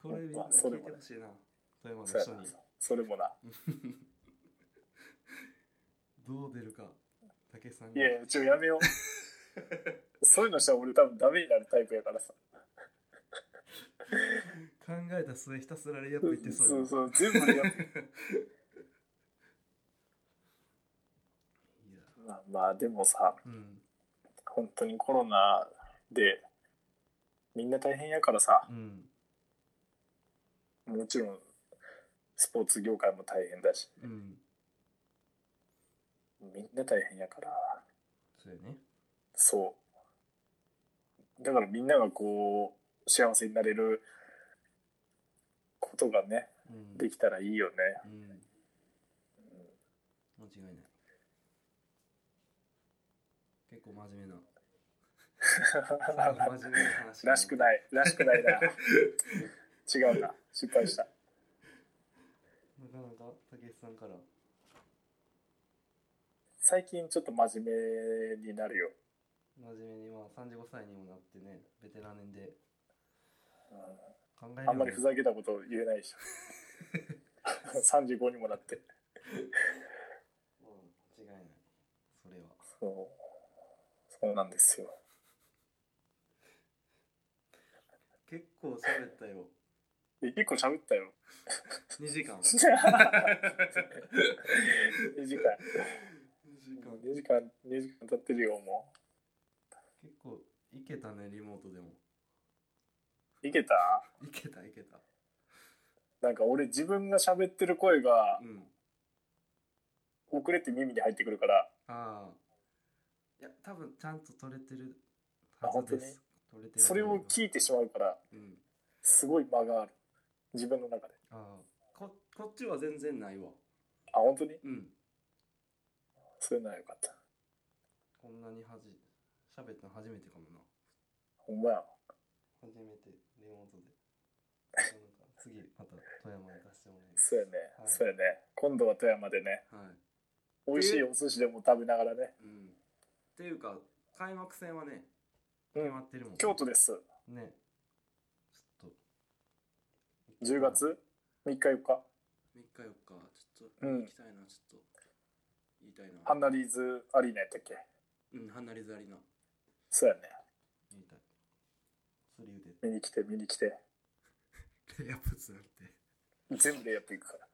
Speaker 1: これみんな聞いてほしいな。富山の
Speaker 2: そうや
Speaker 1: 人
Speaker 2: な
Speaker 1: に。
Speaker 2: それもな
Speaker 1: どう出るか。武さん
Speaker 2: い
Speaker 1: が。
Speaker 2: やいやちょやめよ うそういうのしたら俺多分ダメになるタイプやからさ
Speaker 1: 考えた末ひたすらレイアップ
Speaker 2: そ
Speaker 1: いってそうよ
Speaker 2: うそう全部でやっ
Speaker 1: いや
Speaker 2: まあ まあでもさ
Speaker 1: うん
Speaker 2: 本当にコロナでみんな大変やからさ
Speaker 1: うん
Speaker 2: もちろんスポーツ業界も大変だし
Speaker 1: うん
Speaker 2: みんな大変やから
Speaker 1: そうやね
Speaker 2: そうだからみんながこう幸せになれることがね
Speaker 1: うん
Speaker 2: できたらいいよね。
Speaker 1: うん間違いない結構真面目な真面目な話
Speaker 2: らしくない、らしくないな。違うな、失敗した。
Speaker 1: なかなか武井さんから
Speaker 2: 最近ちょっと真面目になるよ。
Speaker 1: 真面目にまあ35歳にもなってねベテラン年で
Speaker 2: う
Speaker 1: 考えるよ
Speaker 2: ん
Speaker 1: ね
Speaker 2: あんまりふざけたことを言えないし。35にもなって。
Speaker 1: うん間違いないそれは
Speaker 2: そうそうなんですよ。
Speaker 1: 結構喋ったよ
Speaker 2: で結構喋ったよ。
Speaker 1: 2時 間
Speaker 2: 2時間。
Speaker 1: 時間
Speaker 2: 2時間、2時間経ってるよ、も
Speaker 1: 結構いけたねリモートでも
Speaker 2: う。いけた
Speaker 1: いけたいけた
Speaker 2: なんか俺自分が喋ってる声が
Speaker 1: うん
Speaker 2: 遅れて耳に入ってくるから、
Speaker 1: ああいや多分ちゃんと取れてる
Speaker 2: あ
Speaker 1: は
Speaker 2: 本
Speaker 1: ず
Speaker 2: 当
Speaker 1: で
Speaker 2: に
Speaker 1: す取れてる
Speaker 2: それを聞いてしまうから、
Speaker 1: うん
Speaker 2: すごい間がある。自分の中で。
Speaker 1: ああここっちは全然ないわ
Speaker 2: あ、本当に
Speaker 1: うん
Speaker 2: そういうのはよかった。
Speaker 1: こんなにはじ喋ったの初めてかもな
Speaker 2: ほんまや。
Speaker 1: 初めてリモートでなんか次また富山に出してもらいます
Speaker 2: そうやね。
Speaker 1: はい
Speaker 2: そうやね。今度は富山でね、
Speaker 1: はい
Speaker 2: 美味しいお寿司でも食べながらね。
Speaker 1: うんっていうか開幕戦はね
Speaker 2: うん
Speaker 1: 決まってるもん、ね
Speaker 2: 京都です。
Speaker 1: ねちょっと
Speaker 2: 10月3日4日。
Speaker 1: 3日4日ちょっと
Speaker 2: うん
Speaker 1: 行きたいな、ちょっと言いたいな
Speaker 2: ハンナリーズアリーナやったっけ
Speaker 1: うんハンナリザリな
Speaker 2: そうやね。
Speaker 1: 言いたい釣り腕
Speaker 2: 見に来て、見に来て。
Speaker 1: レイアップつなって
Speaker 2: 全部レイアップ行くから。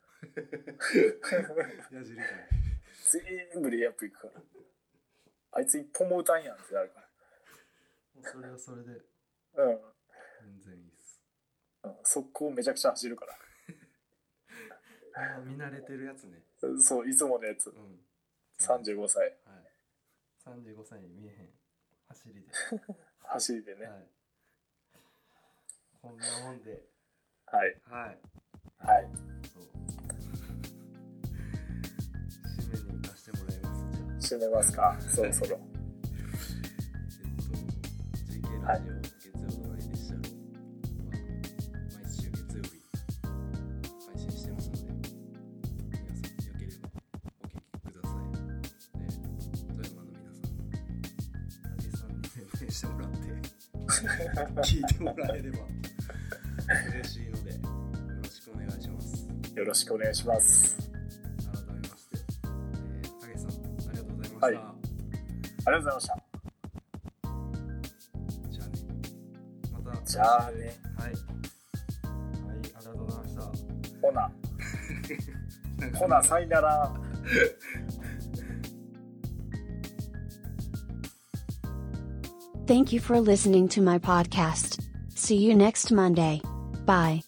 Speaker 1: 矢尻か
Speaker 2: 全部レイアップ行くから。あいつ一本も歌んやんってなるか
Speaker 1: もうそれはそれで
Speaker 2: ら。うん。
Speaker 1: 全然いいっす
Speaker 2: うん速攻めちゃくちゃ走るから。
Speaker 1: あ見慣れてるやつね
Speaker 2: そう、いつものやつ
Speaker 1: う。ん
Speaker 2: 35歳。
Speaker 1: はい35歳に見えへん走りで
Speaker 2: 走りでね
Speaker 1: は。い。こんなもんで、
Speaker 2: はい。
Speaker 1: はい。
Speaker 2: はい。
Speaker 1: そう。締めに行かせてもらいます。じゃあ、
Speaker 2: 締めますか。そろそろ。
Speaker 1: えっと、JK ラジオ、月曜のエディシャルは、毎週月曜日、配信してますので、皆さん、よければお聞きください。で、富山の皆さん、武井さんに宣伝 してもらって。聞いてもらえれば嬉しいのでよろしくお願いします
Speaker 2: よろしくお願いします。
Speaker 1: 改めまして、えー、武井さんありがとうございました、
Speaker 2: はありがとうございました。
Speaker 1: じゃあねまた
Speaker 2: じゃあね。
Speaker 1: はいはいありがとうございました
Speaker 2: ほな。ほな、さいなら。
Speaker 3: Thank you for listening to my podcast. See you next Monday. Bye.